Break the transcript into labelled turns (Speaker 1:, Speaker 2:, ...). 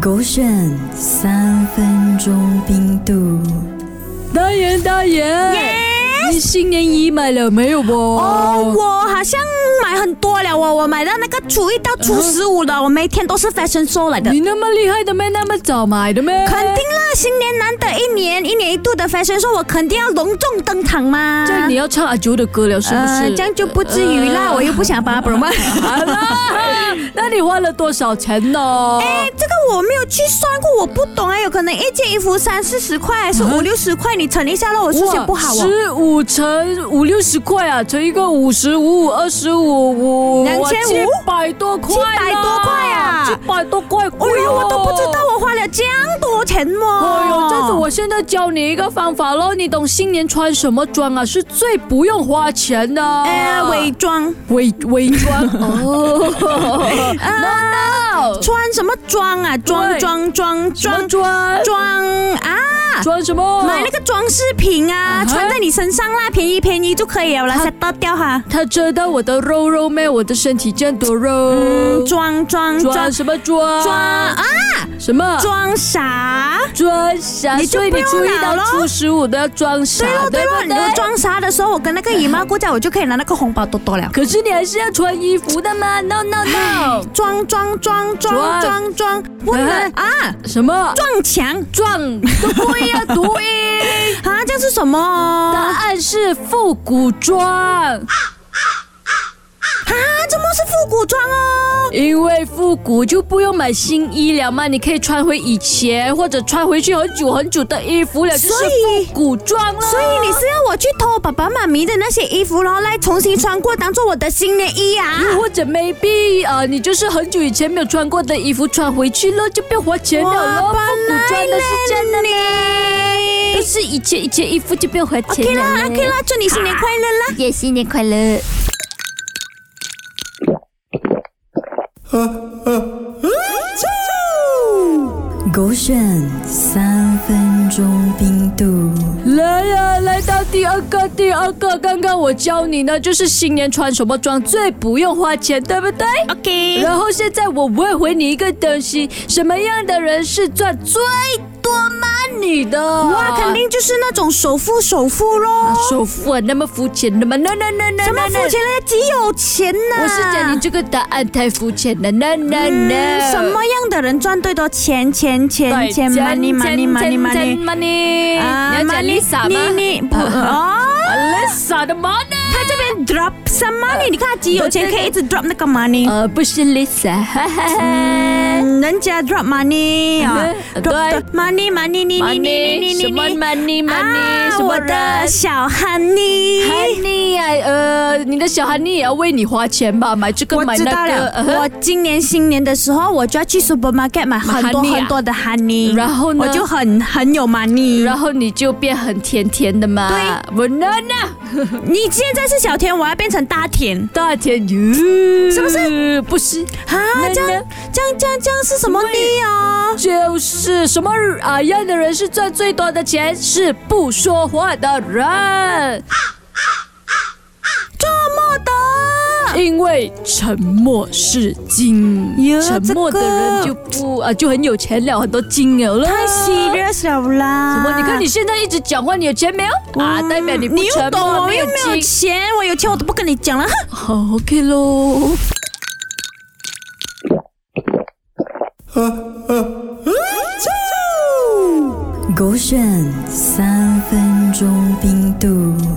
Speaker 1: 狗选三分钟冰度。大爷大爷你新年衣买了没有不？
Speaker 2: 哦，我好像买很多了哦，我买到那个初一到初十五的，我每天都是 fashion show 来的。
Speaker 1: 你那么厉害的咩？那么早买的咩？
Speaker 2: 肯定啊啦，新年难得一年一年一度的 fashion show，我肯定要隆重登场嘛。
Speaker 1: 这样你要唱阿九的歌了，是不
Speaker 2: 呃
Speaker 1: 是？
Speaker 2: 这样就不至于啦，
Speaker 1: 呃
Speaker 2: 我又不想把 b r
Speaker 1: 好啦，那你花了多少钱呢？
Speaker 2: 哎，这个我没有去算过，我不懂哎，有可能一件衣服三四十块，还是
Speaker 1: 啊
Speaker 2: 五六十块，你乘一下咯，我数学不好哦。
Speaker 1: 十五乘五六十块啊，乘一个五十五五二十五五，
Speaker 2: 2500
Speaker 1: 百多块，
Speaker 2: 700多块啊
Speaker 1: 七百多块，
Speaker 2: 哎
Speaker 1: 贵
Speaker 2: 呦，
Speaker 1: 哦
Speaker 2: 我都不知道。我花了这样多钱哦。
Speaker 1: 哎呦，这次我现在教你一个方法喽，你懂新年穿什么装啊？是最不用花钱的。
Speaker 2: 哎伪装。
Speaker 1: 伪伪装 哦，
Speaker 2: 啊穿什么装啊？装
Speaker 1: 对
Speaker 2: 装装
Speaker 1: 什么
Speaker 2: 装
Speaker 1: 装
Speaker 2: 装啊！
Speaker 1: 装什么？
Speaker 2: 买那个装饰品啊，
Speaker 1: 啊哈
Speaker 2: 穿在你身上啦，便宜便宜就可以了啦，
Speaker 1: 它
Speaker 2: 晒到掉哈。
Speaker 1: 他知道我的肉肉妹，我的身体见多肉
Speaker 2: 嗯，。装装装
Speaker 1: 装什么装？
Speaker 2: 装啊！
Speaker 1: 什么？
Speaker 2: 装傻？
Speaker 1: 装傻？
Speaker 2: 你就
Speaker 1: 所以你
Speaker 2: 不
Speaker 1: 初
Speaker 2: 用
Speaker 1: 一
Speaker 2: 拿
Speaker 1: 到
Speaker 2: 咯
Speaker 1: 初十五都要装傻
Speaker 2: 对，咯
Speaker 1: 啊对
Speaker 2: 对咯，
Speaker 1: 不
Speaker 2: 你都
Speaker 1: 对？
Speaker 2: 装傻的时候，我跟那个姨妈过家，我就可以拿那个红包多多了。
Speaker 1: 可是你还是要穿衣服的嘛？No 啊 No No！
Speaker 2: 装装装装
Speaker 1: 装
Speaker 2: 装装，哎不能
Speaker 1: 哎
Speaker 2: 啊！
Speaker 1: 什么？
Speaker 2: 撞墙
Speaker 1: 撞都故意要读 音。
Speaker 2: 啊！这是什
Speaker 1: 答
Speaker 2: 么？
Speaker 1: 案是复古装，
Speaker 2: 啊，这么是复古装哦。
Speaker 1: 因为复古就不用买新衣了嘛，你可以穿回以前或者穿回去很久很久的衣服了，就是
Speaker 2: 所以
Speaker 1: 复古装啊了。
Speaker 2: 所以你是要我去偷爸爸妈咪的那些衣服，然后来重新穿过，当做我的新年衣啊？
Speaker 1: 又或者 maybe 呃，你就是很久以前没有穿过的衣服穿回去了，就变花钱了
Speaker 2: 哇
Speaker 1: 咯。复古装的是啊真的，
Speaker 2: 你
Speaker 1: 都是一件一件衣服就变花钱
Speaker 2: OK
Speaker 1: 了
Speaker 2: 啦
Speaker 1: 呢。啊
Speaker 2: ，OK 啦，祝你新年快乐啦！
Speaker 1: 也新年快乐。
Speaker 3: 狗选三分钟冰度，
Speaker 1: 来呀、来到第二个，第二个，刚刚我教你呢，就是新年穿什么装最不用花钱，对不对
Speaker 2: OK
Speaker 1: 然后现在我问回你一个东西，什么样的人是赚最多 money 的？
Speaker 2: 哇，肯定就是那种首富首富咯，
Speaker 1: 首富啊，那么肤浅的吗？No No No No，
Speaker 2: 什么肤钱嘞？极有钱呐！
Speaker 1: 我是讲你这个答案太肤浅了，no no
Speaker 2: 嗯
Speaker 1: no。
Speaker 2: 什么样的人赚最多钱？钱钱
Speaker 1: 对？
Speaker 2: 钱，money money money money
Speaker 1: 啊 money。你
Speaker 2: money，
Speaker 1: 要讲 Lisa
Speaker 2: 你
Speaker 1: 吗
Speaker 2: 你不哦，
Speaker 1: ？Lisa 的 money。
Speaker 2: 他这边 drop some money，你看他极有钱，
Speaker 1: 对
Speaker 2: 可
Speaker 1: 对
Speaker 2: 以一直 drop 那个 money。
Speaker 1: 呃，不是 Lisa，哈哈 哈。
Speaker 2: 嗯，人家 drop money 啊
Speaker 1: 嗯
Speaker 2: ，drop money money 你你你你
Speaker 1: money 什
Speaker 2: 你
Speaker 1: 么
Speaker 2: 你你
Speaker 1: money money
Speaker 2: 啊，
Speaker 1: 什么
Speaker 2: 我的
Speaker 1: 人
Speaker 2: 小 honey，
Speaker 1: ？Honey 呀，呃，你的小 Honey 也要为你花钱吧，买这个
Speaker 2: 我
Speaker 1: 买
Speaker 2: 知道
Speaker 1: 那个
Speaker 2: 了，，
Speaker 1: 呃
Speaker 2: 我今年新年的时候我就要去 supermarket 买很多
Speaker 1: honey 啊
Speaker 2: 很多的 honey，
Speaker 1: 然后呢
Speaker 2: 我就很很有 money。
Speaker 1: 然后你就变很甜甜的嘛。
Speaker 2: 对
Speaker 1: 我 n a n
Speaker 2: 你现在是小甜，我要变成大甜
Speaker 1: 大甜哟，
Speaker 2: 是不
Speaker 1: 是？不是。
Speaker 2: 啊！
Speaker 1: 那
Speaker 2: 这样
Speaker 1: 呢
Speaker 2: 这样这样这样是什么呢啊？
Speaker 1: 就是什么啊样的人是赚最多的钱？是不说话的人，
Speaker 2: 啊这么的
Speaker 1: 因为沉默是金
Speaker 2: 哟，
Speaker 1: 沉默的人
Speaker 2: 这
Speaker 1: 就
Speaker 2: 个
Speaker 1: 不啊就很有钱了，很多金了了。
Speaker 2: 太 serious 了啦！
Speaker 1: 什么？你看你现在一直讲话，你有钱没有？啊，代表你不
Speaker 2: 嗯你又
Speaker 1: 沉
Speaker 2: 懂
Speaker 1: 默，
Speaker 2: 我又没有
Speaker 1: 金。
Speaker 2: 钱，我有钱我都不跟你讲了。
Speaker 1: 好，OK 喽。
Speaker 3: 狗选三分钟冰度。